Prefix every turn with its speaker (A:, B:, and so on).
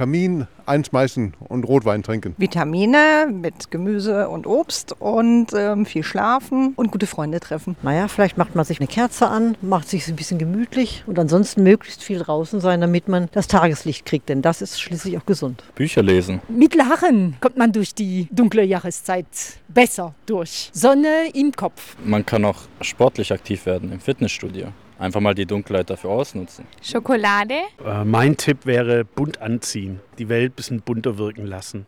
A: Kamin einschmeißen und Rotwein trinken.
B: Vitamine mit Gemüse und Obst und ähm, viel schlafen und gute Freunde treffen.
C: Naja, vielleicht macht man sich eine Kerze an, macht sich ein bisschen gemütlich und ansonsten möglichst viel draußen sein, damit man das Tageslicht kriegt, denn das ist schließlich auch gesund.
D: Bücher lesen.
E: Mit Lachen kommt man durch die dunkle Jahreszeit besser durch. Sonne im Kopf.
D: Man kann auch sportlich aktiv werden im Fitnessstudio. Einfach mal die Dunkelheit dafür ausnutzen.
F: Schokolade?
G: Äh, mein Tipp wäre bunt anziehen, die Welt ein bisschen bunter wirken lassen.